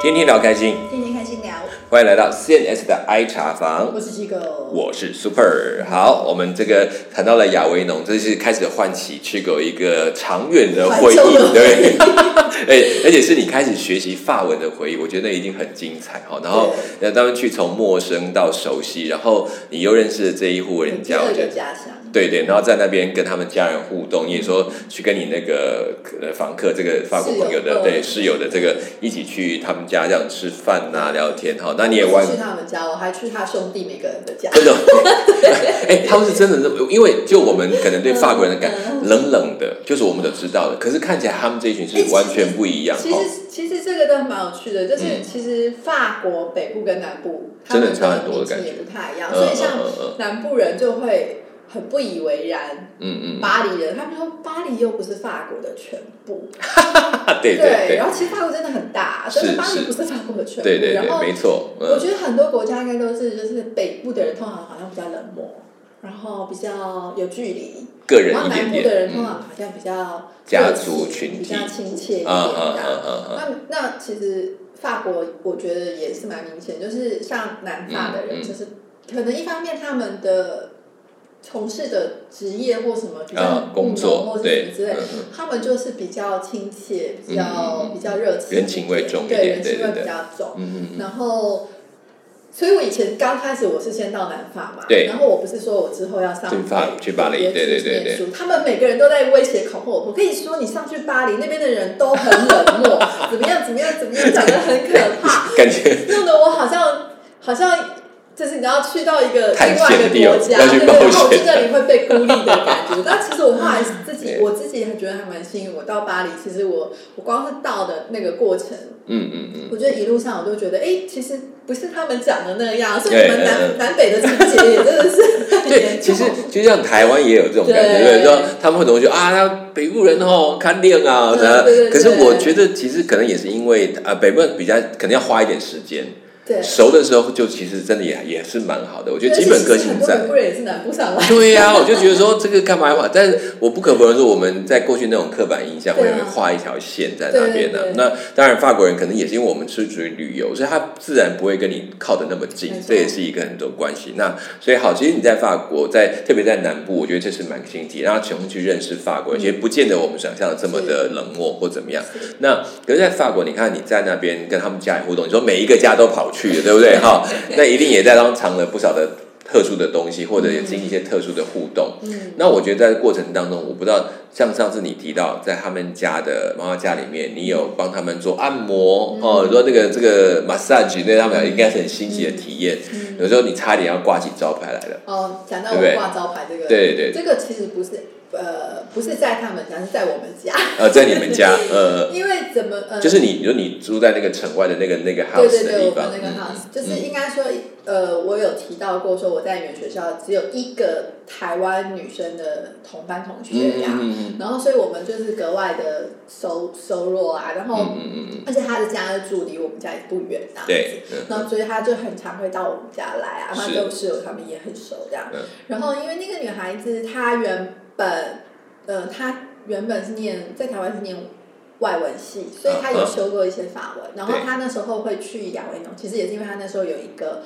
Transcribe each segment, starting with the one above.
天天聊开心，天天开心聊，欢迎来到 CNS 的 I 茶房，我是机构，我是 Super。好，我们这个谈到了亚维农，这是开始唤起去狗一个长远的回忆，长久的对， 哎，而且是你开始学习法文的回忆，我觉得一定很精彩哈。然后，那当然去从陌生到熟悉，然后你又认识了这一户人第家，我二觉个得。家乡，对对，然后在那边跟他们家人互动，你也说去跟你那个呃房客这个法国朋友室的友对嗯室友的这个一起去他们家这样吃饭呐、聊天 哈，那你也我玩不是去他们家，我还去他兄弟每个人的家，真的， 哎、他们是真的那，因为就我们可能对法国人的感嗯冷冷的，就是我们都知道的，可是看起来他们这一群是完全不一样哎其哦。实其实这个都蛮有趣的，就是嗯其实法国北部跟南部他真的们差很多的民情感觉也不太一样，嗯所以像嗯嗯南部人就会很不以为然，嗯嗯嗯，巴黎人他们说巴黎又不是法国的全部，啊对对然后其实法国真的很大，是但是巴黎是不是法国的全部，对对然对，后没错，我嗯，觉得很多国家应该都是，就是北部的人通常好像比较冷漠，然后比较有距离，个人然后一点南部的点人，通常嗯，好像比较家热情族群比体较亲切一点啊啊啊啊啊啊，那那其实法国，我觉得也是蛮明显，就是像南法的嗯嗯人，就是可能一方面他们的从事的职业或什么比较啊务，工农或作是什对么，之嗯类，嗯，他们就是比较亲切，嗯比嗯较嗯比较热情一点，人情味重一对点，人对情对味比对，较重。嗯嗯嗯，然后，所以我以前刚开始我是先到南法嘛，对然后我不是说我之后要上去法北去巴黎纽约对对去对念书，他们每个人都在威胁恐吓我，我跟你说，你上去巴黎那边的人都很冷漠，怎么样怎么样怎么样，讲的很可怕，嗯感觉弄得我好像好像。就是你要去到一个探另险外一个地哦国家，要去对对，冒然后我险觉得你会被孤立的感觉。但其实我后来自己对，我自己还觉得还蛮幸运。我到巴黎，其实我我光是到的那个过程，嗯嗯嗯，我觉得一路上我都觉得，哎、其实不是他们讲的那样，所以对你们南、嗯嗯南北的情节也真 的是 很对，严其重实就像台湾也有这种感觉，对不对对，说他们会怎么觉得啊，他北部人哦，看脸啊，对怎样对对对可是我觉得其实可能也是因为啊、呃北部人比较可能要花一点时间，对，熟的时候就其实真的也也是蛮好的，我觉得对基本个性其实很多在北。部人也是南部上来， 对呀、我就觉得说这个干嘛要画？但是我不可否认说，我们在过去那种刻板印象，会对啊有画一条线在那边的、对对对那当然，法国人可能也是因为我们是属于旅游，所以他自然不会跟你靠的那么近没，错这也是一个很多关系。那所以好，其实你在法国，在特别在南部，我觉得这是蛮新奇，然后重新去认识法国人，嗯其实不见得我们想象的这么的冷漠或怎么样。是那可是，在法国，你看你在那边跟他们家里互动，你说每一个家都跑去了，对不对？哈，那一定也在当中藏了不少的特殊的东西，或者也经历一些特殊的互动。嗯，那我觉得在过程当中，我不知道像上次你提到，在他们家的妈妈家里面，你有帮他们做按摩、嗯哦，说那个这个 massage 对他们俩应该是很新奇的体验。嗯有时候你差点要挂起招牌来了，哦，讲到对不对我挂招牌这个，对对对，这个其实不是呃不是在他们家，是在我们家，呃，在你们家，呃，因为怎么呃，就是你，你说你住在那个城外的那个那个对对 house 的对，地我们方，那个 house、嗯就是应该说，呃，我有提到过，说我在语言学校只有一个台湾女生的同班同嗯学嗯呀、嗯嗯然后所以我们就是格外的熟熟络啊，然嗯后、嗯嗯嗯，而且他的家住离我们家也不远啊，对，嗯然后所以他就很常会到我们家来啊，他是跟室友他们也很熟这样嗯。然后因为那个女孩子她原本，呃，她原本是念在台湾是念外文系，所以她嗯有嗯修过一些法文。然后对她那时候会去亚维农，其实也是因为她那时候有一个。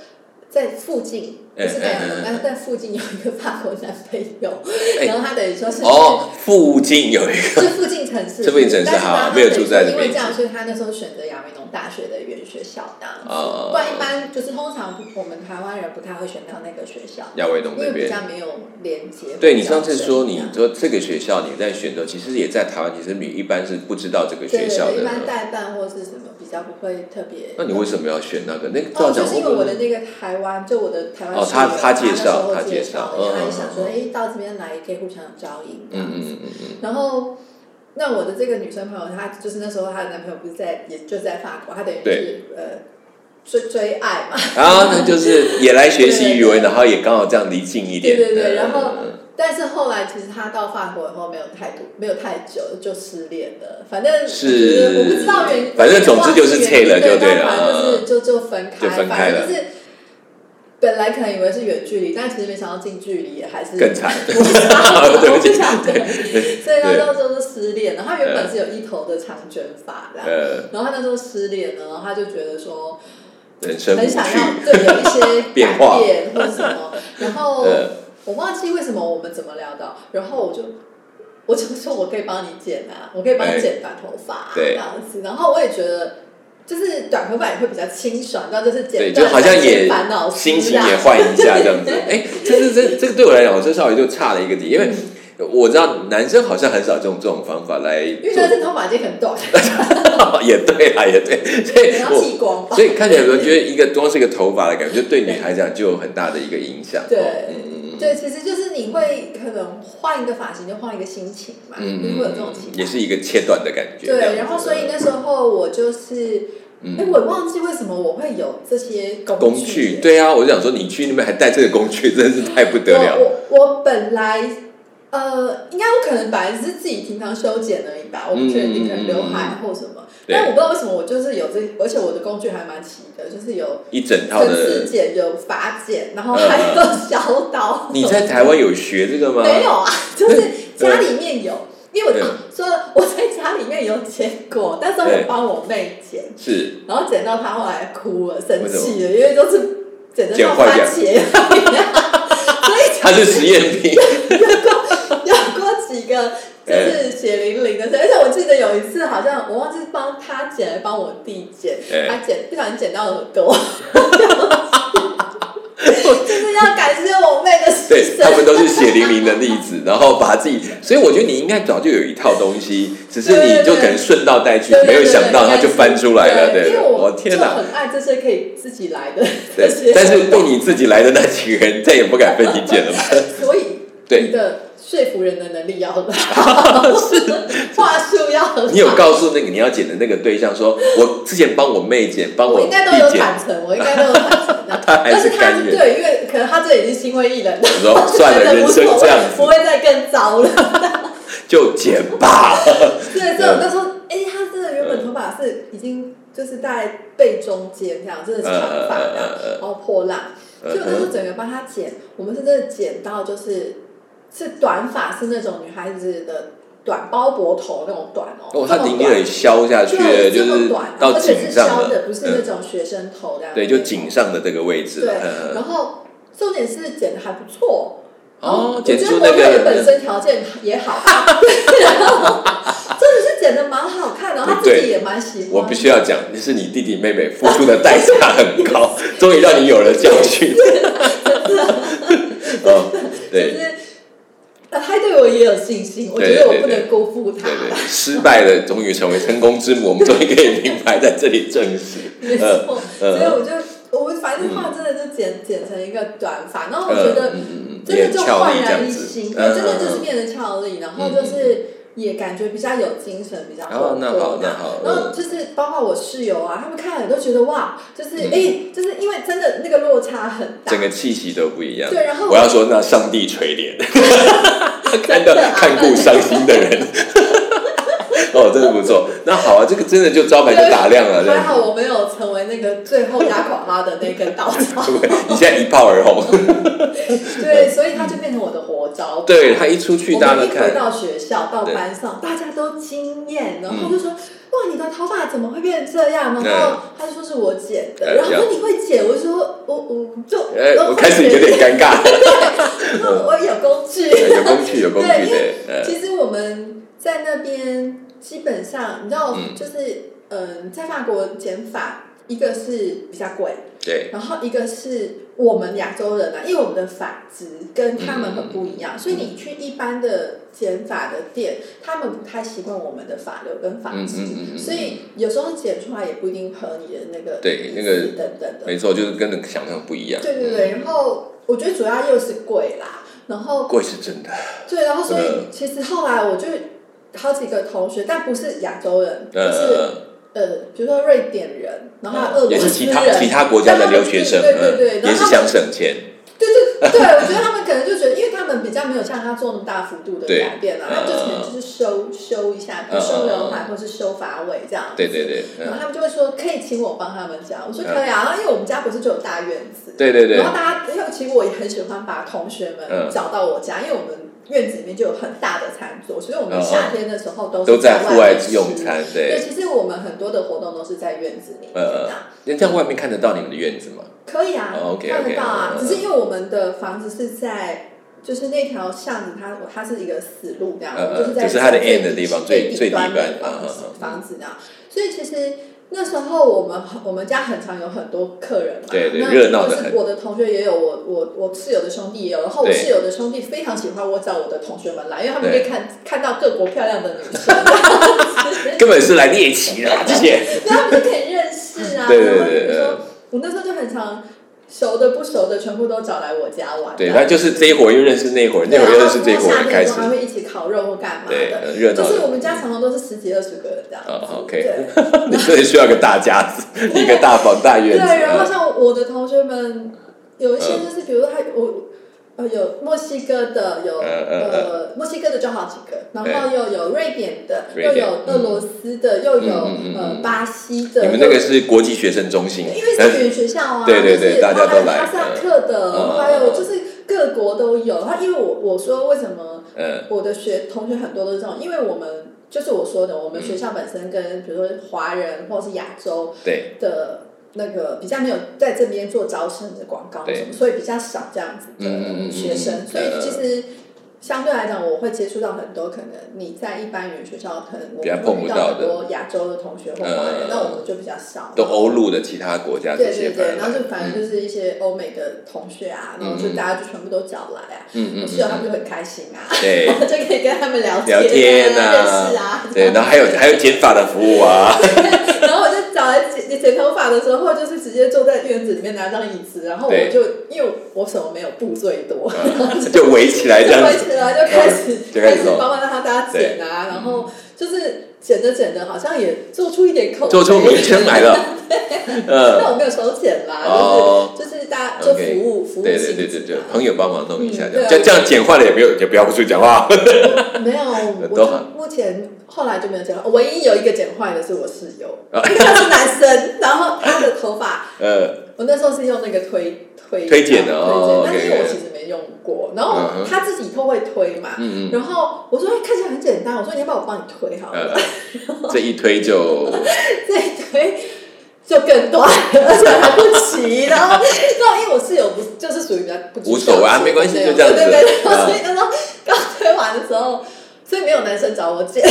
在附近，不嗯是在亚维嗯嗯农，但是在附近有一个法国男朋友，哎然后她等于说是哦，附近有一个，就附近城市，这附近城市但是好他没有住在这边因为这样，所以他那时候选择亚维农大学的语言学校这样子。哦不然一般就是通常我们台湾人不太会选到那个学校，亚维农因那为比边。较没有连接。对你上次说，比你较少说这个学校你在选择，其实也在台湾，其实你一般是不知道这个这样学校对对对，的一。般代办或是什么比较不会特别。那你为什么要选那个？那个照哦，就讲是因为我的那个台湾，就我的台湾哦室友他他介那时绍候他介介绍然后他嗯也想说，嗯哎，到这边来可以互相照应这样嗯子。嗯嗯嗯然后，那我的这个女生朋友，她就是那时候她的男朋友不是在，也就在法国，她等于是呃追追爱嘛。嗯，然后那就是也来学习语文，然后也刚好这样离近一点。对对对嗯然后嗯但是后来其实她到法国以后没有太多，没有太久就失恋了。反正是我不知道原，反正总之就是忘记切了嗯原因就对对了但反正就是就就分就分开反了正就是。本来可能以为是远距离，但其实没想到近距离也还是更 惨 我不想呃 对不起对，所以他那时候是失恋了。他原本是有一头的长卷发的，呃，然后他那时候失恋了，然后他就觉得说人生无很想要趣，对有一些 变改化变或者什 么，然后呃，我忘记为什么我们怎么聊到，然后我就。我就说我可以帮你剪啊，我可以帮哎你剪短头发、啊、对这样子，然后我也觉得，就是短头发也会比较清爽，然后就是对，剪断就好像了也烦恼丝心情啊也换一下这 样子。哎，这是这这个对我来讲，我这稍微就差了一个点，因为我知道男生好像很少用这种方法来因为那是头发已经很短，做，也对啊，也 对，所以然后剃我。光吧所。以看起来，我觉得一个光是一个头发的感觉，就对女孩讲就有很大的一个影响。对哦嗯嗯嗯对，其实就是你会可能换一个发型就换一个心情嘛，嗯就嗯会有这种嗯情，也是一个切断的感觉。这样对，子然后所以那时候我就是，嗯哎，我忘记为什么我会有这些工工具具，了。对啊，我就想说你去那边还带这个工具，真是太不得了。我我我本来呃，应该我可能本来只是自己平常修剪而已吧，我不确定嗯嗯可能刘海或什么，对但我不知道为什么我就是有这，而且我的工具还蛮齐的，就是有一整套针刺的，剪、有发剪，然后还有小刀。嗯你在台湾有学这个吗？ 没有啊， 就是家里面有，因为对我啊说我在家里面有剪过，但是对我帮我妹剪，是然后剪到她后来哭了，生为什么气了，因为都是剪得剪像坏番掉茄一样， 所以他是实验 品，有过几个就是血淋淋的 事，而且我记得有一次好像我忘记是帮他剪还是帮我弟剪，哎他剪不小心剪到耳 朵，就是要感谢我妹的对牺他们牲。都是血淋淋的例子，然后把自己，所以我觉得你应该早就有一套东西，只是对对你对就可能顺道带去对，对没有对想到应它该就翻出来了，对因为，我我天就哪，很爱这些可以自己来的这对，些，但是被你自己来的那几个人再也不敢被你捡了吧？所以对你的说服人的能力要好， 话术要很 好你有告诉那个你要捡的那个对象说，我之前帮我妹捡，帮我应弟该都有捡，坦诚，我应该都有坦诚的。 他还但是是他甘是愿。对，因为可能他这已经心灰意冷，我说算 了，人生这样不子会再更糟了。就捡 吧。对，所以我那时候，哎，他真的原本头发是已经就是在背中间这样，真的是长发这样嗯嗯嗯嗯，然后破烂，所以呃我那时候整个帮他剪，我们是真的剪到就是是短发，是那种女孩子的短包脖头那种短哦，哦，这他么顶短点削下去了，对，就这么是短，啊到而且颈是上削了的，，不是嗯那种学生头的，对，就颈上的这个位置对了。嗯，然后重点是剪的还不错。哦我剪觉出得那模特个儿本身条件也好，然后真的是剪的蛮好看的，然后他自对己也蛮喜欢。我必须要讲，你是你弟弟妹妹付出的代价很 高，终于让你有了教训。哦，就对是呃他对我也有信心，我觉对对得我不对能辜负他对。对，失败的终于成为成功之母，我们终于可以明白在这里证实。 没嗯错，所以嗯，我就我反正话真的就剪剪成一个短发，然后我觉嗯得嗯嗯，真也的很就俏丽焕这然样一子新，，对嗯真的就嗯是嗯变得俏丽，然后就是也感觉比较有精神，比较活哦，那好泼，那好，然后嗯，就是包括我室友啊，他们看了都觉得哇，就是嗯哎、就是因为真的那个落差很大整。个气息都不一样。对然后我要说，那上帝垂 怜，看真到的啊看顾伤心的人。 哦，真的不错。那好啊，这个真的就招牌就打亮了，这还样子好我没有成为那个最后压垮他的那 根稻 草，你现在一炮而 红。对，所以他就变成我的活招。对他一出去，我大家们都一回看。到学校，到对班上，大家都惊艳，然后嗯就说：“哇，你的头发怎么会变成这样？”然嗯后他就说是我剪哎的，然后这我样说你会剪，我说我我就哎，我开始有点，嗯尴 尬。然后我有工 具，有工具，有工具对因的为，呃，其实我们在那边基本上，你知道嗯，就是嗯，在法国剪发，一个是比较贵，对，然后一个是我们亚洲人啊，因为我们的发质跟他们很不一嗯样，所以你去一般的剪发的店，他们不太习惯我们的发流跟发嗯质，嗯嗯嗯，所以有时候剪出来也不一定合你的那个对意思那个等等的，没嗯错，就是跟着想象不一样。对对对。然后我觉得主要又是贵啦，然后贵是真的，对，然后所嗯以其实后来我就好几个同学，但不是亚洲人，就是呃，呃，比如说瑞典人，然后还有嗯俄罗斯也人，是其他其他国家的留学生，对对嗯对对，然后也是想省钱， 对，我觉得他们可能就觉得，因为他们们比较没有像他做那么大幅度的对嗯改变啊，他们就可能就是修修一下，比如修刘海或是修发尾这样子。对对对，然后嗯，他们就会说可以请我帮他们家，我说可以啊，然后因为我们家不是就有大院子，对对对然，后大家，因为其实我也很喜欢把同学嗯们找到我家，因为我们院子里面就有很大的餐桌，所以我嗯们夏天的时候都都是在户外吃用。餐，对，对，其实我们很多的活动都是在院子里面嗯的嗯，那这样外面看得到你们的院子吗？可以啊哦，，OK，看得到 OK，啊嗯。只是因为我们的房子是在。就是那条巷子它，它是一个死路这样，嗯嗯就是在就是它的最 end 的地方最最端最的底端房子嗯嗯嗯房子这样。所以其实那时候我们我们家很常有很多客人嘛，对对那热闹得就是很我的同学也有，我我我室友的兄弟也有，然后我对室友的兄弟非常喜欢我找我的同学们来，因为他们可对以看看到各国漂亮的女生，根本是来猎奇的啦，啊这 些，那他们就可以认识啊。对呃对然后比对如对说，我那时候就很常熟的不熟的全部都找来我家玩。对，这那样就是这一伙又认识那一伙人，那对伙然又后认识这一伙夏人天开的时始候，还会一起烤肉或干嘛对，的。呃热闹就是我的。们家常常都是十几二十个人这样子。啊，OK，对 你真的需要个大家 子，一个大房大院对，子。然后嗯像我的同学们，有一些就是比如说他我。呃，有墨西哥的，有嗯嗯呃墨西哥的就好几个，对然后又有瑞典的，瑞又典有俄罗斯的，又有嗯嗯嗯呃嗯巴西的。你们那个是国际学生中心，因为但是语言学校啊，呃对对对就是大家都来哈萨克嗯的，还有就是各国都有。他因为我我说为什么嗯我的学同学很多都是这种，因为我们就是我说的，我们学校嗯本身跟比如说华人或者是亚洲对，的那个比较没有在这边做招生的广告什对么，所以比较少这样子嗯嗯嗯嗯的学生，嗯所以其实。相对来讲，我会接触到很多可能你在一般语言学校，可能我比较们碰会不遇到到的很多亚洲的同学或华嗯人，那我们就比较少。都欧陆的其他国啊家这对些对反而嗯来，对，然后就反正就是一些欧美的同学啊，然后就大家就全部都找来啊，嗯嗯我嗯室友他嗯，们就很开心啊， 对然后就可以跟他们聊聊天啊，认识呐啊，，对，然后还有还有剪发的服务啊， 然后我就找来剪剪头发的时候，就是直接坐在院子里面拿张椅子，然后对我就因为我手没有布最多，就围起来这就样围子，嗯起来就开始就开始嗯开始帮忙让大家剪啊，然后就是剪着剪着好像也做出一点口碑，做出名称来了，嗯， 但我没有手剪啦，哦就是就是大家就 OK，服务服务对对性对质对对啊，朋友帮忙弄一下，嗯这样这对样啊这样剪坏了也没有，也不要出去讲话， 没有，我都就好目前后来就没有剪坏，唯一有一个剪坏的是我室友，哦因为 他是男生，然后他的头发，呃，我那时候是用那个推推推剪的哦推 OK，OK 剪但是因为我其实没用过，然后嗯哼他自己都会推嘛，嗯嗯然后我说哎看起来很简单，我说你要不要我帮你推好了， 呃，这一推就这一推就更短了，而且还不齐，然后然后因为我室友不就是属于比较不拘无所谓啊小节没关系的就这样子对对对，然嗯后所以那时候 刚推完的时候，所以没有男生找我剪。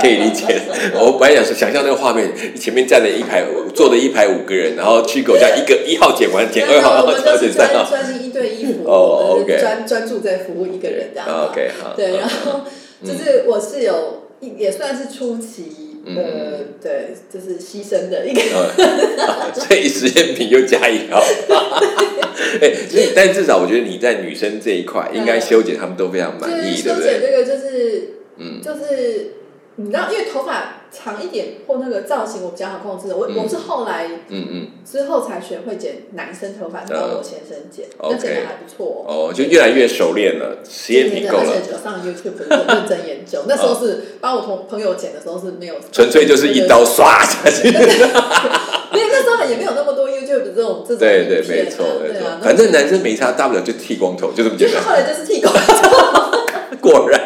可以理解。我本来想说，想象那个画面，前面站了一排，坐的一排五个人，然后去狗家一个一号剪完，没剪有二号，然我后们剪都剪是三专号。专心一对一服务，哦我们是 OK 专专注在服务一个人这样。啊嗯 OK，好。对，然好后就是我是有也算是初期嗯呃，对，就是牺牲的一个。嗯 所以实验品又加一号。 哎，所以但至少我觉得你在女生这一块应该修剪，他们都非常满就是意，对嗯修不对？剪这个就是嗯，就是你知道，因为头发长一点或那个造型我比较好控制，我嗯我是后来嗯嗯，之后才学会剪男生头发，是帮我先生剪，嗯那剪 OK 的还不错哦。哦，就越来越熟练了，实验品够而了。哦且有上 YouTube 认真 研究，那时候是帮我同朋友剪的时候是没有，纯粹就是一刀唰下去，因为那时候也没有那么多 YouTube 这种这种对对，影片啊没错没对错啊，，反正男生没差，大不了就剃光头，就这么 就简是单。后来就是剃光，果 然。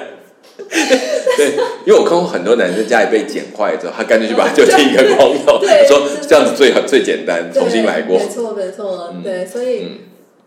对，因为我看过很多男生家里被剪坏之后，他干脆就把就剃一个光头，嗯对说真的这样子最好最简单，对重新来过。没错没错嗯，对，所以嗯。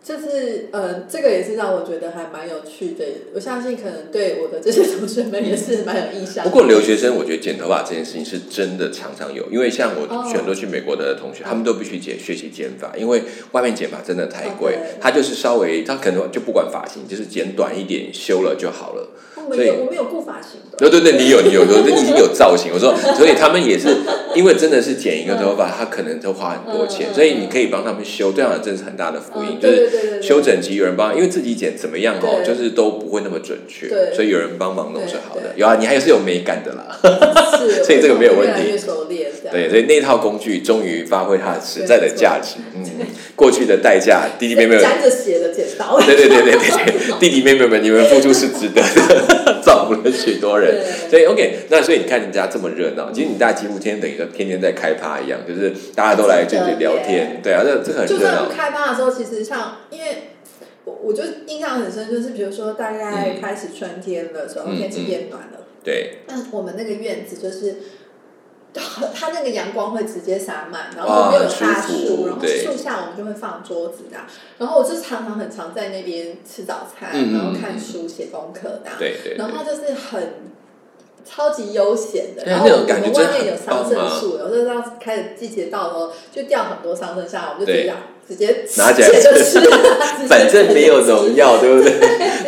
就是呃，这个也是让我觉得还蛮有趣的，我相信可能对我的这些同学们也是蛮有印象嗯不的。过留学生，我觉得剪头发这件事情是真的常常有，因为像我哦很多去美国的同学，他们都必须剪学习剪发，因为外面剪发真的太贵哦对，他就是稍微他可能就不管发型，就是剪短一点修了就好了。我没所以有我没有顾发型的，对对对，你有你有，我你已经有造型。我说，所以他们也是因为真的是剪一个头发，他可能都花很多钱，嗯嗯所以你可以帮他们修，这样真是很大的福音，嗯就对对对是对对修整齐有人帮，因为自己剪怎么样哦，对就是都不会那么准确，对所以有人帮忙弄是好对的。对有啊，你还是有美感的啦，是，所以这个没有问题我越来越熟练，这样对，所以那套工具终于发挥它实在的价值，嗯，过去的代价，滴滴对妹妹。沾着血的剪刀，吧？我对对对对对对，弟弟妹妹们，你们付出是值得的， 造福了许多人。所以 OK，那所以你看人家这么热闹，其实你大家几乎天天等于说天天在开趴一样，就是大家都来这里聊天，对啊，这这很就热算闹不。开放的时候，其实像因为我我就印象很深，就是比如说大概嗯开始春天的时候，嗯天气变暖了，对，那我们那个院子就是。 它它那个阳光会直接洒满，然哇后没有大啊很舒服树，然后对树下我们就会放桌子啊。然后我就常常很常在那边吃早餐，嗯嗯然后嗯嗯看书、写功课的啊。对对对然，后就是很超级悠闲的，对然后那我种们感觉外真面的有很棒啊桑葚树，然后就到开始季节到了，就掉很多桑葚下来，我们就直接拿直接拿起来，直接就吃反正没有荣耀，对 不对？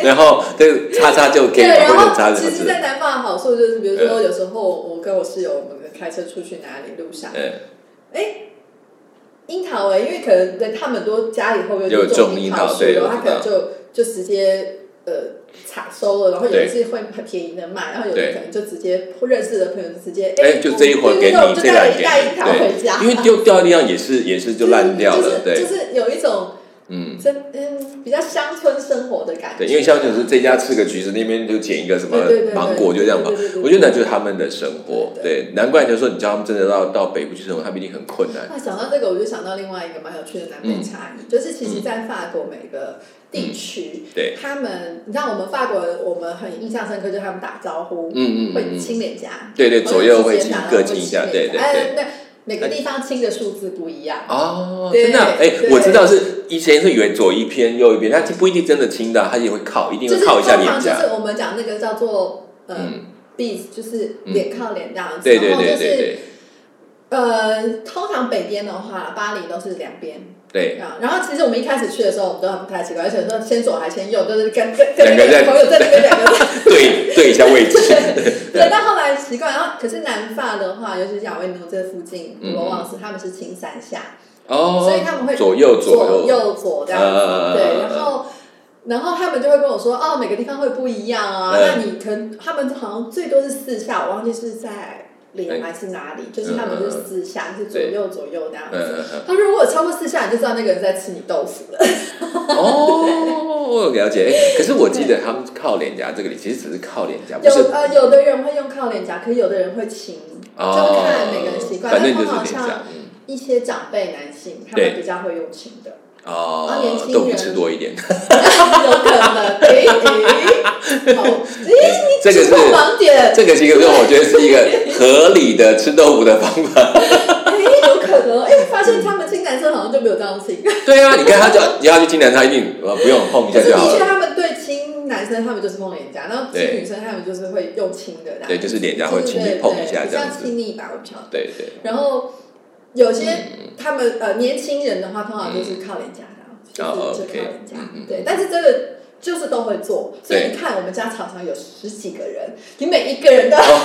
然后这叉叉就直给接吃。对，你，然或者叉后叉其之实，类在的。南方的好处就是，比如说嗯有时候我跟我室友，我们开车出去哪里路上，嗯，哎，樱桃哎，因为可能在他们多家里后面有就种樱樱桃桃树，对然后我他知可道能就就直接呃采收了，然后有对的是会很便宜的卖，然后有对的可能就直接认识的朋友就直接哎，就这一会儿我给我你，就这篮带了给一袋樱桃回你，家对，，因为丢掉地上也是也是就烂掉了，嗯就是对就。是有一种嗯，真嗯比较乡村生活的感觉，对，因为像就是这家吃个橘子，那边就捡一个什么对对对对芒果，就这样吧对对对。对我觉得那就是他们的生活，对对，难怪就是说你叫他们真的到到北部去生活，他们一定很困难。那想到这个，我就想到另外一个蛮有趣的南嗯北差异，就是其实，在法国每个地区，对，他们你知道我们法国人，我们很印象深刻，就是他们打招呼、嗯嗯嗯会嗯，亲脸颊，对对，左右会直接亲打招呼各亲一下，对对哎对。那每个地方亲的数字不一样，哦，对真的啊，哎、对我知道是以前是以为左一偏右一偏，它不一定真的亲的啊，它也会靠，一定就会是靠通一下常脸就颊。是我们讲那个叫做呃嗯， beat，就是脸靠脸这样子，对对然后对就对是对呃，通常北边的话，巴黎都是两边。对，啊，然后其实我们一开始去的时候，我们都很不太习惯，而且说先左还先右，就是跟跟跟两个那在个朋友在那边两个 在对对一下位置。对，到后来习惯。然后可是南法的话，尤其是亚维农这附近，嗯普罗旺斯他们是亲三下， 哦，所以他们会左右左左右，右左这样嗯嗯嗯嗯子，嗯对，然后。然后他们就会跟我说，哦，每个地方会不一样啊。嗯那你可能他们好像最多是四下，我忘记是在嗯脸还是哪里，就是他们就是四下，就是左对右左右这样嗯子。嗯嗯，他说如果超过四下，你就知道那个人在吃你豆腐了。呃哦，我了解。哎，可是我记得他们靠脸颊这个，其实只是靠脸颊，不是有呃，有的人会用靠脸颊，可是有的人会亲，就看每个人哦，习惯。反正但就是通常脸颊像。嗯一些长辈男性，他对们比较会用亲的， 啊年哦轻，人豆腐吃多一点，有可能。诶诶，好，诶，这个哎你是触碰盲点，这个其实我觉得是一个合理的吃豆腐的方法。诶，有可能。诶，发现他们亲男生好像就没有这 样亲，可对啊，你看他叫你要去金南，他一定呃不用碰一下是就好的确了。他们对亲男生，他们就是碰脸颊，然后亲对女生，他们就是会用亲的这样。对就是脸颊会对轻易对碰对一下比这样较子亲密吧，我比较对对，然后有些他们呃年轻人的话，通常就是靠脸颊的，哦就是就 OK，靠脸颊嗯嗯，对。但是这个就是都会做，所以对你看我们家常常有十几个人，你每一个人都 哦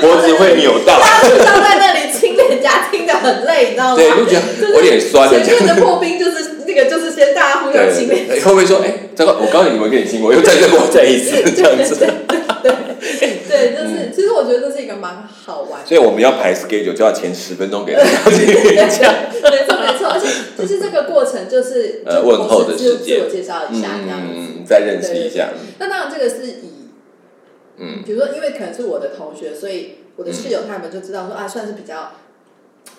脖子会扭到，大家都在那里亲脸颊，亲的很累，你知道吗？对，就觉得我脸酸了前这样。面的破冰就是那个，就是先大家互相亲脸对，会不会说哎，糟糕，我告诉你们跟你亲，我又再再跟我再一次这样 子。颊，对，就是其实我觉得这是一个蛮好玩的。所以我们要排 schedule 就要前十分钟给他这对样。没错 没错，而且就是这个过程就是呃就问候的同时就时间自我介绍一下这样子。嗯，再认识一下。那当然，这个是以，嗯，比如说，因为可能是我的同学，所以我的室友他们就知道说、嗯啊，算是比较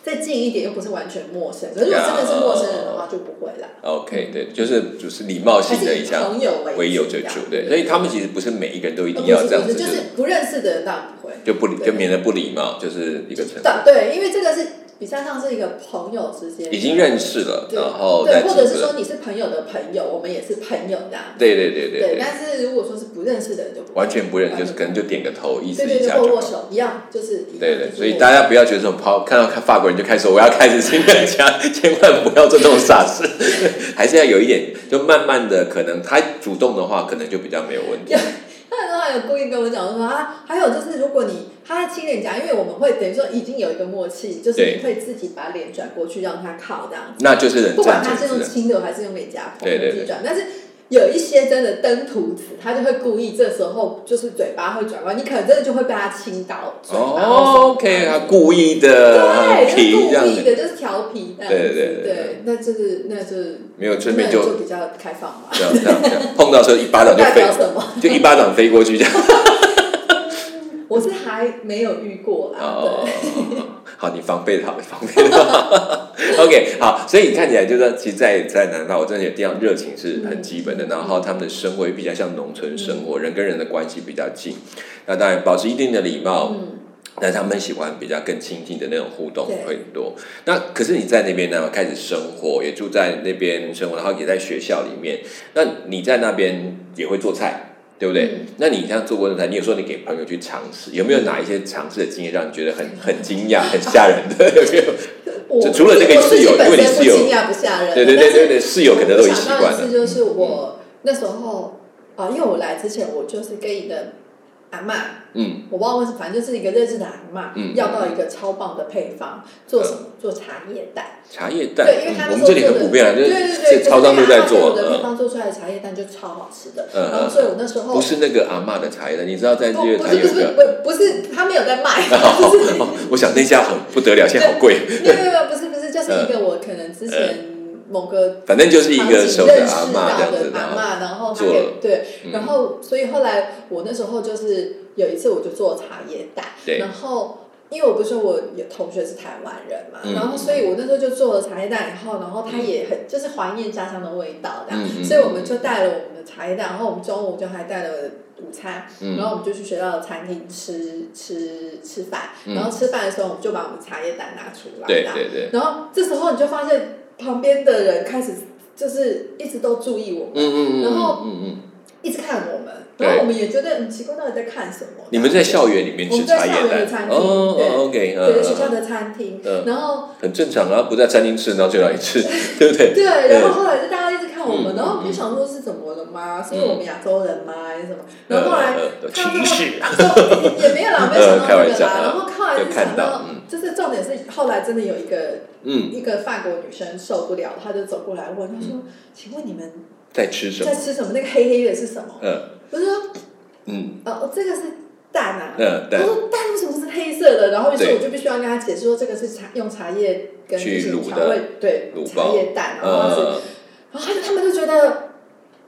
再近一点，又不是完全陌生。可是如果真的是陌生人的话，就不会啦， OK，对，就是就是礼貌还性哦的是一以下，朋友唯为有最主对。所以他们其实不是每一个人都一定要这样哦不子，是不是就是不认识的人当然不会。就不就免得不礼貌，就是一个成对对，因为这个是比较像是一个朋友之间已经认识了，对然后再对，或者进是一步说你是朋友的朋友，我们也是朋友这样。对对对对对，但是如果说是不认识的人就不会完全不认识，完就全是可能就点个头，意思对一对对下握就握好。手一样，就是一样对就对，是所以握大家不要觉得说跑看到看法国人就开始我要开始亲人家，千万不要做这种傻 事，还是要有一点，就慢慢的，可能他主动的话，可能就比较没有问题。他的话有故意跟我讲说啊，还有就是如果你他在亲脸颊，因为我们会等于说已经有一个默契，就是对你会自己把脸转过去让他靠这样子，那就是人不管正他是正用直，亲的还是用脸颊碰对对对自己转，但是有一些真的登徒子，他就会故意这时候就是嘴巴会转弯，你可能真的就会被他亲到嘴巴或什么哦，OK，他故意的，很对，呃皮这就样故意子，的，就是调皮这样子。对对对对对，那就是那就是没有顺便那就就比较开放吧，这样这样这样，碰到的时候一巴掌就代飞表，什么？就一巴掌飞过去这样。我是还没有遇过啦，哦对，， 好，你防备的好，你防备的好。OK，好，所以你看起来就是说，其实在，在南澳，我真的觉得地方热情是很基本的，然后他们的生活也比较像农村生活，人跟人的关系比较近。那当然，保持一定的礼貌，嗯，但他们喜欢比较更亲近的那种互动对会很多。那可是你在那边呢，开始生活，也住在那边生活，然后也在学校里面。那你在那边也会做菜，对不对？嗯那你像做过的菜，你有说你给朋友去尝试，有没有哪一些尝试的经验让你觉得 很很惊讶、很吓人的？ 有没有？我就除了这个我自己室友因本为你身不室友惊讶不吓人，对对但对是对对，室友可能都已经习想到惯一次了。嗯就是我那时候啊，因为我来之前我就是跟一个阿嬷，嗯，我不知道为什么，反正就是一个认识的阿嬷，嗯要到一个超棒的配方，做什么？做茶叶蛋。茶叶蛋，对因为嗯他我们们这里做很的普遍啊，就对是对对，这超商都在做我。的配嗯，方做出来的茶叶蛋就超好吃的。嗯然后所以我那时候不是那个阿嬷的茶叶蛋，你知道在不日月不潭是有一不是个，不不是，他没有在卖， 就是我想那家很不得了，现在好贵。没有没有没有不是不是，就是一嗯个我可能之前某个反正就是一场景个认识熟到的阿嬷这样子的然阿后嬷，然后她做了给对，嗯然后所以后来我那时候就是有一次我就做茶叶蛋，对然后。因为我不是说我有同学是台湾人嘛，嗯然后所以我那时候就做了茶叶蛋以后，然后他也很就是怀念家乡的味道的，嗯嗯所以我们就带了我们的茶叶蛋，然后我们中午就还带了午餐，嗯然后我们就去学校的餐厅吃吃吃饭，嗯然后吃饭的时候我们就把我们茶叶蛋拿出来，哦对这样啊对对，然后这时候你就发现旁边的人开始就是一直都注意我们，嗯嗯嗯，然后嗯嗯，一直看我们，对然后我们也觉得很奇怪，到底在看什么？你们在校园里面吃茶叶我们在校园蛋的餐，厅哦对哦，OK，嗯对学校嗯，的餐厅，嗯然后很正常啊，不在餐厅吃，然后去哪里吃，对不对？对，然后后来就大家一直看我们，嗯然后我们就想说是怎么了吗？是因为我们亚洲人吗？还是什么？然后后来呃，呃看到歧视，就也没有啦，没有想到开那玩个笑啦啊。然后后来就就看想到到嗯，就是重点是后来真的有一个嗯，一个法国女生受不了，她就走过来问，她说：“请问你们在吃什么在？吃什么？那个黑黑的是什么嗯？”我说：“嗯哦，这个是蛋啊。嗯，我蛋说蛋为什么是黑色的？然后于是对我就必须要跟他解释说，这个是茶用茶叶跟就去是卤调的味对卤茶包叶蛋，然后是，呃，然后他就他们就觉得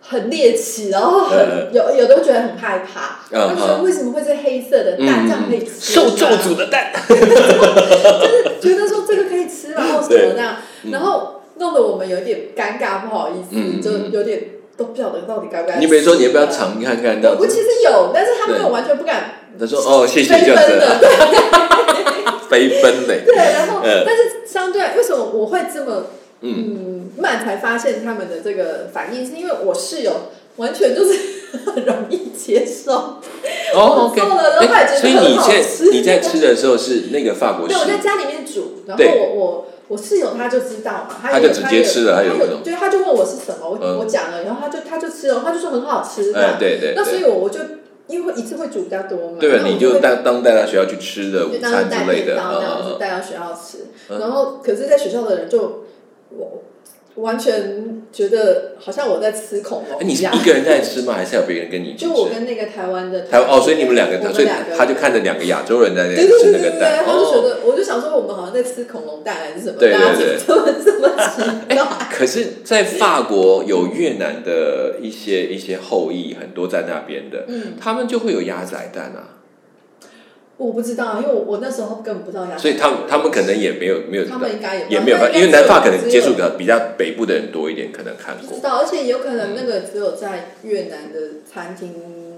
很猎奇，然后呃很有有的会觉得很害怕，嗯嗯他们说为什么会是黑色的蛋？这样可以吃吗？啊受咒诅的蛋，嗯觉得说这个可以吃吗，然后什么那样，然后弄得我们有点尴尬，不好意嗯嗯思，就有点都不晓得到底该不该吃。你没说你要不要尝看看这我样我子？其实有，但是他们对完全不敢他说哦，谢飞谢这样奔的子，，飞奔嘞，对，然后、嗯但是相对为什么我会这么嗯，嗯慢才发现他们的这个反应，是因为我室友完全就是 很容易接受。哦，OK，我做了然后还哎，觉得所以很你好在吃你在吃的时候是那个法国对，式我在家里面煮，然后对我我我室友他就知道嘛，他也就直接吃了他他有那种有对，他就问我是什么，我、嗯我讲了，然后他就他就吃了，他就说很好吃这哎，样。对对那所对，以我我就因为一次会煮比较多嘛，对，然后你我就就会当当带到学校去吃的午就当餐时带之类面的，包，然后嗯就嗯带到学校吃。嗯然后，可是，在学校的人就我完全觉得好像我在吃恐龙哎，你一是样。一个人 在吃吗？还是还有别人跟你一起就我吃？跟那个台湾的台湾哦，所以你们两我个，们所以两个他就看着两个亚洲人在那对里对对吃那对对个对，蛋他就觉哦。得，我就想说，我们好像在吃恐龙蛋还是什么，对对大家对哎怎么这么 奇怪？可是，在法国有越南的一些一些后裔，很多在那边的，嗯，他们就会有鸭仔蛋啊，我不知道，因为我我那时候根本不知道鸭子，所以他们他们可能也没有没有他们应该也不知也道没有但看，应因该为南法可只能有接触的比较北部的人多一点，可能看不过知。道，而且有可能那个只有在越南的餐厅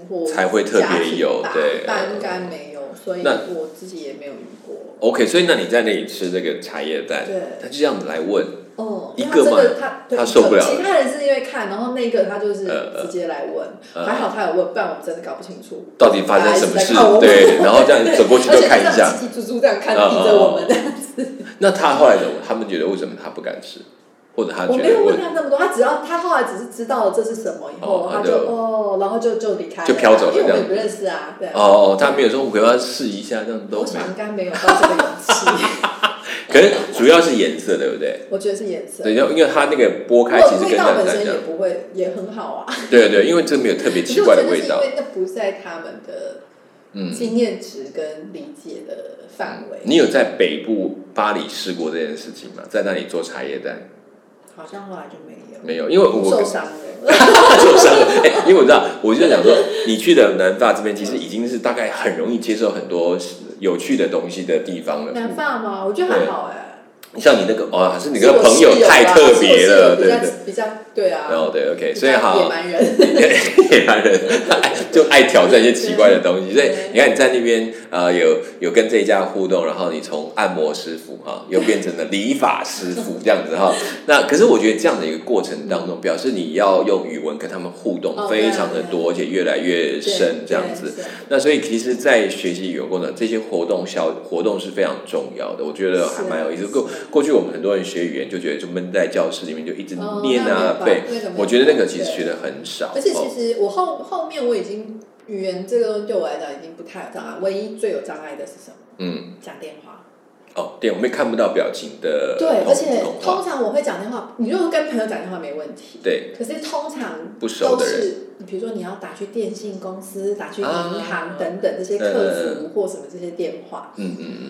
或才会特别有家庭吧对但应该没有，所以那我自己也没有遇过。 OK，所以那你在那里吃这个茶叶蛋，对，他就这样子来问，哦，一个嘛因为这他对他受不了其他人是因为看，然后那个他就是呃呃直接来问，呃还好他有问，不然我们真的搞不清楚到底发生什么事大家一直在看我？们对，然后这样走过去而都且看一这样 下。叽叽猪猪这样看嗯盯着我们这样子。那他后来怎么？他们觉得为什么他不敢吃，或者他我觉没得有问问他那么多，他只要他后来只是知道了这是什么以后哦，他他就就哦，然后就就离开了，就飘走了因为我这们样也不认识啊，对。哦哦，他没有说我要试一下，这样都我没有想。应该没有到这个勇气。可是主要是颜色，对不对？我觉得是颜色。对，因为因为它那个剥开其实味跟道南本山身一也样，不会，也很好啊。对对，因为这没有特别可 奇是怪我的觉得味是因道，为那不在他们的嗯。经验值跟理解的范围。你有在北部巴黎试过这件事情吗？在那里做茶叶蛋好像后来就没有，没有？因为我受跟伤了。 受伤了。哎、因为我知道，我就想说，你去的南法这边其实已经是大概很容易接受很多有趣的东西的地方了。南发吗？我觉得还好哎。像你那个哦，是你是那个我朋室友啊太特别了，对是我室友不对？比较比较对啊。然后对，OK，比较所以野好，蛮人。 野蛮人啊就爱挑战一些奇怪的东西。所以对你看你在那边呃有有跟这一家互动，然后你从按摩师傅哈、又变成了理发师傅这样子哈、那可是我觉得这样的一个过程当中，表示你要用语文跟他们互动哦非常的对啊对啊多，而且越来越对深这样对子。是那所以其实，在学习语言过程，这些活动小活动是非常重要的，我觉得还蛮有意思。是过是过去我们很多人学语言就觉得就闷在教室里面就一直哦念啊那没有背办法那个没有，我觉得那个其实对学的很少。而且哦其实我后后面我已经语言这个东西对我来讲已经不太有障碍，唯一最有障碍的是什么？嗯，讲电话。哦，对，我们也看不到表情的对，通而且通话通常我会讲电话，你如果跟朋友讲电话没问题，对可是通常不熟的都人是你比如说你要打去电信公司、打去银啊行等等这些客服或什么这些电话，嗯嗯嗯，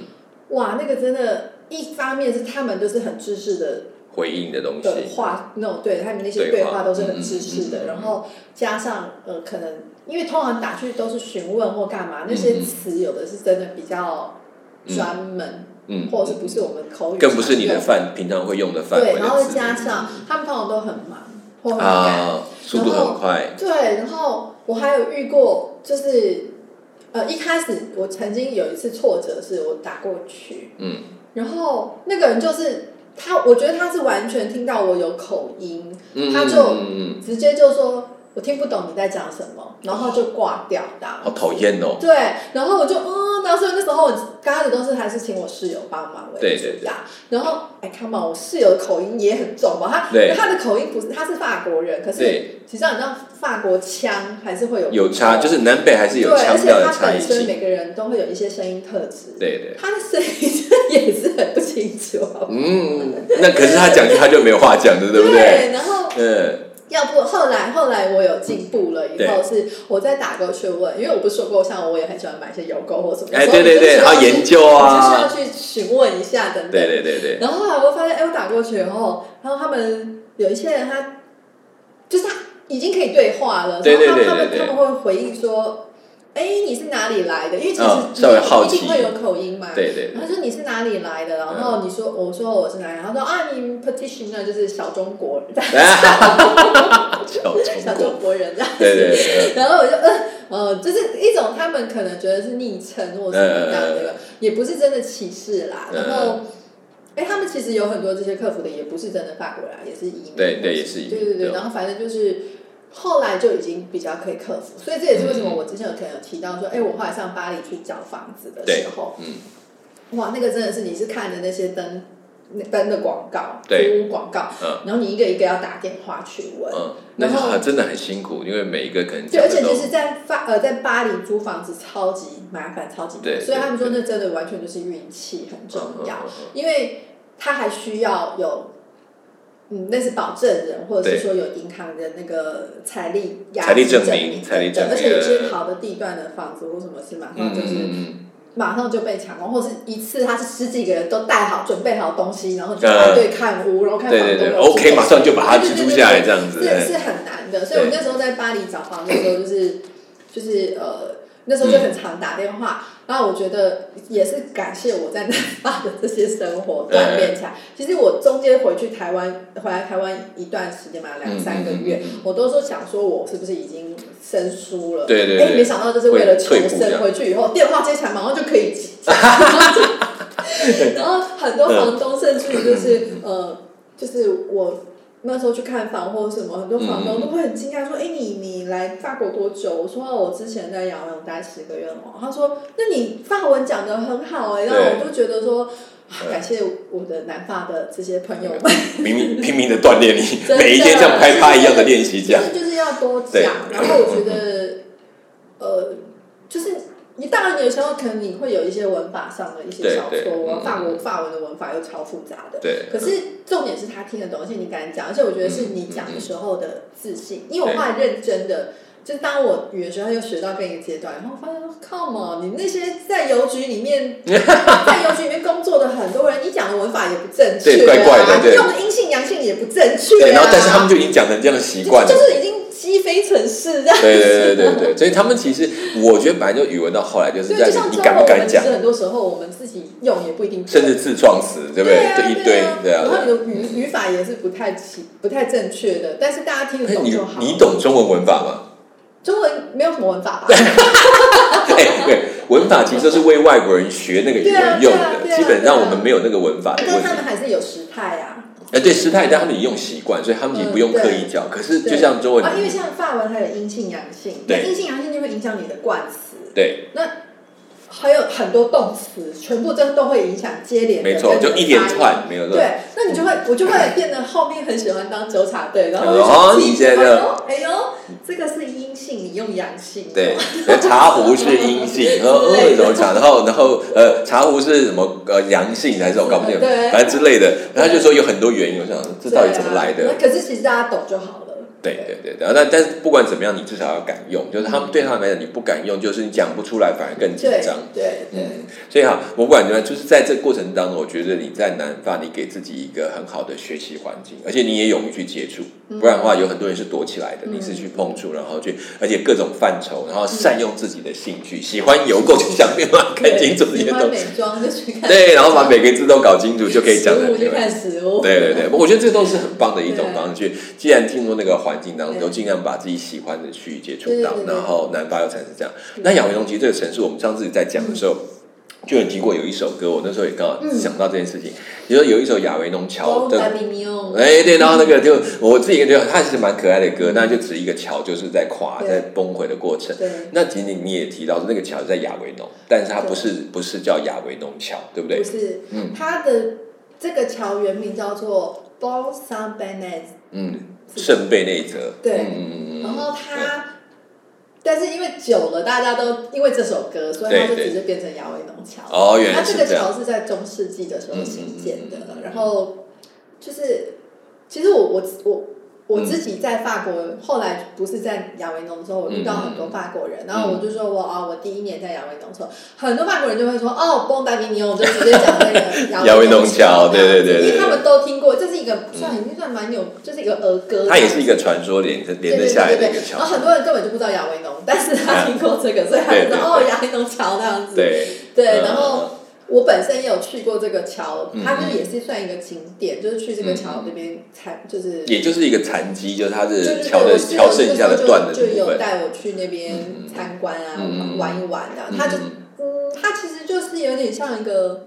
哇，那个真的，一方面是他们就是很知识的回应的东西的话，那种对他们那些对对话话都是嗯很嗯知识嗯嗯的，嗯然后加上呃，可能因为通常打去都是询问或干嘛，那些嗯嗯词有的是真的比较嗯专门，嗯，或者是不是我们口语，更不是你的范平常会用的范围对，的然后再字加上他们通常都很忙或很赶，啊，速度很快，对，然后我还有遇过，就是呃一开始我曾经有一次挫折，是我打过去，嗯然后那个人就是他，我觉得他是完全听到我有口音，嗯，他就嗯嗯嗯，直接就说我听不懂你在讲什么，然后就挂掉的。好讨厌哦，对，然后我就嗯，然后所以那时候我刚开始都是还是请我室友帮忙为主对对对打，然后哎，come on，我室友的口音也很重吧，他对他的口音不是他是法国人，可是对，其实你知道法国腔还是会有有差，就是南北还是对，有而腔且调的他差本异身性，每个人都会有一些声音特质，对对。他的声音真的也是很不清楚，好不好嗯，那可是他讲句他就没有话讲的，对不对？然后嗯，要不后来后来我有进步了以对后是我在打勾去问，因为我不是说过像我也很喜欢买一些邮购或什么，哎，所以对对对，我然后就需要去研究我啊，就需要去询问一下等等。对对对对，然后后来我就发现，哎，我打过去以后，然后他们有一些人他就是他已经可以对话了，对对对然后他们对对他们他们会回应说，哎，你是哪里来的？因为其实嗯你稍微好奇一定会有口音嘛。对嗯对然对后说你是哪里来的？然后你说、我说我是哪里来的，他说啊，你 petitioner 就是小中国人， 小中小国，中国人这样子。对对对，然后我就呃呃，就是一种他们可能觉得是昵称或者什么这样的一个，也不是真的歧视啦。嗯然后，哎，他们其实有很多这些客服的也不是真的法国人啊，也是移民，对对也是移民对对对对。然后反正就是后来就已经比较可以克服，所以这也是为什嗯么我之前有可能有提到说，哎，我后来上巴黎去找房子的时候，嗯，哇，那个真的是你是看着那些灯。那灯的广告，对租屋广告，嗯然后你一个一个要打电话去问，嗯，那然后是真的很辛苦，因为每一个可能对，讲而的且就都是在法呃在巴黎租房子超级麻烦，超级麻对烦，所以他们对说那真的完全就是运气很重要，嗯嗯嗯因为他还需要有。嗯，那是保证人，或者是对说有银行的那个财力押财力证证明财力证等等明而且有些呃好的地段的房子或什么是马上嗯就是嗯马上就被抢光，或是一次他是十几个人都带好准备好东西，然后就嗯排队看屋，然后嗯，看对房对东对有几，OK，个马上就把它记住下来这样子，是是很难的。所以我那时候在巴黎找房子的时候，就是就是呃，那时候就嗯很常打电话。然后我觉得也是感谢我在南法的这些生活锻炼起来。其实我中间回去台湾，回来台湾一段时间嘛，两三个月嗯嗯嗯嗯，我都说想说我是不是已经生疏了？对对对哎没想到就是为了求会退步这生，样回去以后电话接起来，马上就 可以接。然后很多房东甚至就是嗯呃，就是我那时候去看房或者什么，很多房东都会很惊讶嗯说：“哎、你你来法国多久？”我说：“哦我之前在养老待十个月哦。”他说：“那你法文讲的很好哎、然后我就觉得说。啊感谢我的南法的这些朋友们，拼命拼命的锻炼你，真的每一天像拍趴一样的练习这就样，是就是要多对讲，然后我觉得，呃，就是你当然有时候可能你会有一些文法上的一些小对对错误，嗯法国法文的文法又超复杂的。对，嗯可是重点是他听得懂，而且你敢讲，而且我觉得是你讲的时候的自信，因为我后来认真嗯的。就是当我语言学校又学到更一个阶段，然后发现，come on，你那些在邮局里面， 在邮局里面工作的很多人，你讲的文法也不正确、啊，对怪怪的对用的阴性阳性也不正确、啊，对，然后但是他们就已经养成这样的习惯了，就就是已经鸡飞城市这样子。 对对对对对，所以他们其实，我觉得本来就语文到后来就是所以在就于像你中敢文，不我敢们其讲实，很多时候我们自己用也不一定对，甚至自创词，对不对啊这一堆啊，对啊然。后你的语语法也是不太起不太正确的，但是大家听得哎懂你就好。你懂中文文法吗？ 中文没有什么文法吧？哎，对，文法其实都是为外国人学那个语对啊文用对啊的，对啊基本上我们没有那个文法的但问是题他。们还是有时态啊。哎，对，时态但他们已经用习惯，所以他们已经不用刻意教。可是就像中文，嗯啊，因为像法文还有阴性阳性，那对阴性阳性就会影响你的冠词，对，还有很多动词，全部这都会影响接连的没错，跟你的就一连发音串，没有错。对，那你就会，我就会变得后面很喜欢当纠察队，然后哦我就你现在就哎呦，哎呦，这个是阴性，你用阳性，对，茶壶是阴性，然后呃怎么讲，然后然后呃茶壶是什么呃阳性还是我搞不清楚对，反正之类的，然后他就说有很多原因，我想这到底怎么来对的啊？那可是其实大家懂就好了。对对对，然后但但是不管怎么样，你至少要敢用，就是他们对他们来讲，你不敢用，就是你讲不出来，反而更紧对张。对对嗯，所以哈，我不管怎么样，就是在这过程当中，我觉得你在南法，你给自己一个很好的学习环境，而且你也勇于去接触，不然的话，有很多人是躲起来的，嗯你是去碰触，然后去，而且各种范畴，然后善用自己的兴趣，喜欢邮购就想办法看清楚这些喜欢东西，美妆就去看，对，然后把每个字都搞清楚就可以讲的食物就看食物，对 对对，我觉得这都是很棒的一种对方式。既然进入那个环境当对中，尽量把自己喜欢的去接触对对到对，对然后南发又产生这样。嗯那亚维农其实这个城市，我们上次在讲的时候。就有提过有一首歌，我那时候也刚好嗯想到这件事情。你说有一首亚维农桥哦，的，巴比米哦，哎对，然后那个就我自己觉得它是蛮可爱的歌，那就指一个桥就是在垮对在崩毁的过程。对，那其实你你也提到那个桥在亚维农，但是它不是不是叫亚维农桥，对不对不？是嗯，它的这个桥原名叫做 b o n s a n b e n e 嗯， z 圣贝内泽。对嗯嗯嗯嗯。然后他，但是因为久了，大家都因为这首歌，所以对他就对直接变成亚维农桥。哦，原它来这是个这样。桥是在中世纪的时候兴建的嗯嗯嗯嗯，嗯然后就是，其实我我我我嗯自己在法国，后来不是在亚维农的时候，我嗯遇到很多法国人，然后我就说我啊，我第一年在亚维农的时候，很多法国人就会说哦，蹦达比尼，我就直接讲那 个亚维农农桥对对对对对嗯因为他们都听过，这是一个算已经算蛮有，这是一个儿歌，它也是一个传说连着连着下来的一个然桥，嗯后很多人根本就不知道亚维农，但是他听过这个，所以他就知道哦，亚维农桥那样子。对对然后我本身也有去过这个桥，嗯它就是也是算一个景点，就是去这个桥这边才就是。也就是一个残机，嗯就是它就是是桥我的室桥友剩那时下候的断的就就部有分。带我去那边嗯嗯参观啊，嗯嗯玩一玩啊。嗯它就嗯，它其实就是有点像一个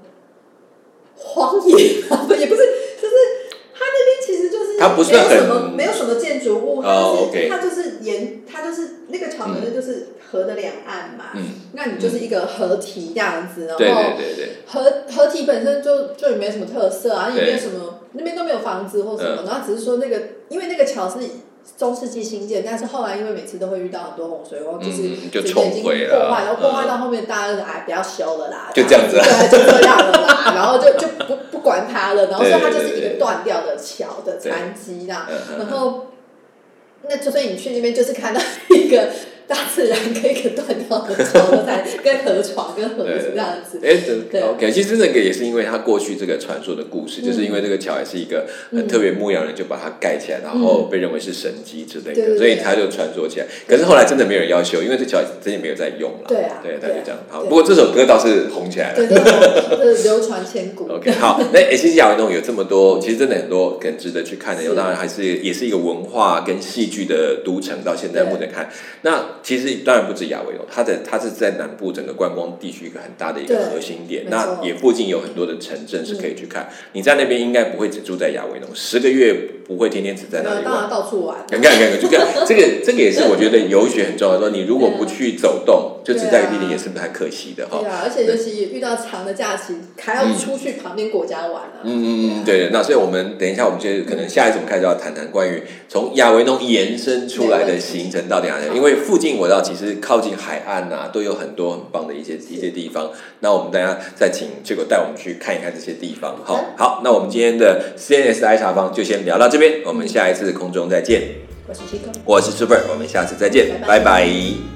荒野， 不也不是，就是它那边其实就是它不是没有什么很没有什么建筑物，它就是、哦，OK 它就是沿它就是那个桥，嗯反正就是河的两岸嘛。嗯，那你就是一个河堤这样子，然后对对对对，合合体本身就就也没什么特色啊，也对嗯没有什么那边都没有房子或什么，然后只是说那个，因为那个桥是中世纪兴建，但是后来因为每次都会遇到很多洪水，然后就是嗯，就直接冲已经破毁坏，了，然后破坏嗯到后面大家就哎不要修了啦，就这样子啊对，就这样了 啦，然后就就不不管它了，然后所以它就是一个断掉的桥的残疾啦，嗯嗯然后那就所以你去那边就是看到 一个。大自然跟一个断掉的桥的残，跟河床跟河对子这样子，哎，对对，OK，其实那个也是因为他过去这个传说的故事，嗯就是因为这个桥也是一个嗯很特别牧羊人就把它盖起来，然后被认为是神迹之类对对的，对所以他就传说起来。可是后来真的没有人要修，因为这桥真的没有在用了。对啊对，他对就啊这样。好，对不过这首歌倒是红起来了。 对对对，就是流传千古。 OK，好，那诶其实亚维农有这么多，其实真的很多很值得去看的。是当然还是也是一个文化跟戏剧的都城，到现在目前看，那其实当然不止亚维哦农，它的它是在南部整个观光地区一个很大的一个对核心点。没错嗯那也附近有很多的城镇是可以去看。你在那边应该不会只住在亚维农，十个月不会天天只在那然里当玩然。到处玩。啊你看，你看，就这样，这个这个也是我觉得游学很重要。说你如果不去走动，就只在于地里，也是很可惜的哈。啊对啊，而且尤其遇到长的假期，还要出去旁边国家玩啊。嗯嗯嗯，对那所以我们等一下，我们就可能下一次我们开始要谈谈关于从亚维农延伸出来的行程到底哪里，因为附近引我到其实靠近海岸呐、都有很多很棒的一些一些地方。那我们大家再请这个带我们去看一看这些地方。好，嗯好，那我们今天的 CNSI 茶坊就先聊到这边，我们下一次空中再见。我是 Chico。我是 Super，我们下次再见，拜拜拜拜